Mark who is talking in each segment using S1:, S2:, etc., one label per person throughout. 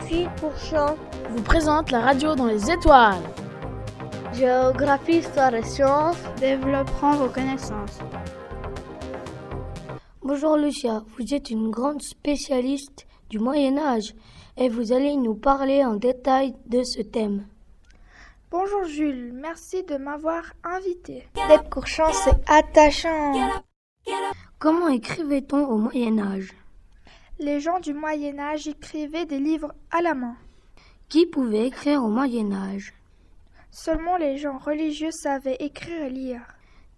S1: d'Epsetuit-Pourchamp.
S2: vous présente la radio dans les étoiles.
S1: Géographie, histoire et sciences.
S3: Développeront vos connaissances.
S4: Bonjour Lucia, vous êtes une grande spécialiste du Moyen Âge et vous allez nous parler en détail de ce thème.
S5: Bonjour Jules, merci de m'avoir invité.
S6: D'être courchant, c'est attachant.
S4: Comment écrivait-on au Moyen Âge
S5: Les gens du Moyen Âge écrivaient des livres à la main.
S4: Qui pouvait écrire au Moyen Âge
S5: Seulement les gens religieux savaient écrire et lire.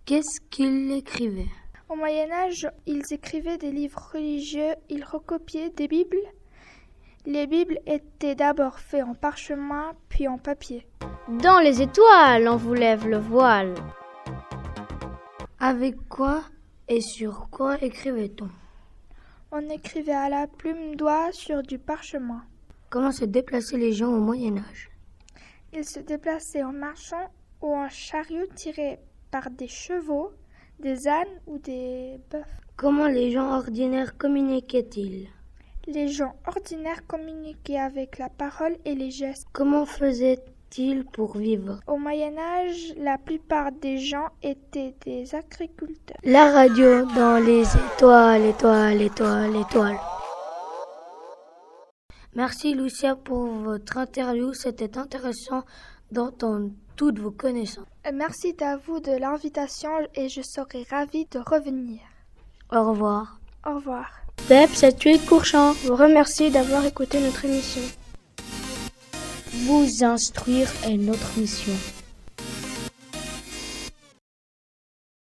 S4: Qu'est-ce qu'ils écrivaient
S5: Au Moyen Âge, ils écrivaient des livres religieux, ils recopiaient des Bibles. Les Bibles étaient d'abord faites en parchemin, puis en papier.
S7: Dans les étoiles, on vous lève le voile.
S4: Avec quoi et sur quoi écrivait-on
S5: On écrivait à la plume d'oie sur du parchemin.
S4: Comment se déplaçaient les gens au Moyen Âge
S5: Ils se déplaçaient en marchant ou en chariot tiré par des chevaux, des ânes ou des bœufs.
S4: Comment les gens ordinaires communiquaient-ils
S5: Les gens ordinaires communiquaient avec la parole et les gestes.
S4: Comment faisaient-ils pour vivre
S5: Au Moyen Âge, la plupart des gens étaient des agriculteurs.
S4: La radio dans les étoiles, étoiles, étoiles, étoiles. Merci Lucia pour votre interview. C'était intéressant d'entendre toutes vos connaissances.
S5: Euh, Merci à vous de l'invitation et je serai ravie de revenir.
S4: Au revoir.
S5: Au revoir.
S2: Deb, c'est tué Courchamp.
S5: Vous remercie d'avoir écouté notre émission.
S2: Vous instruire est notre mission.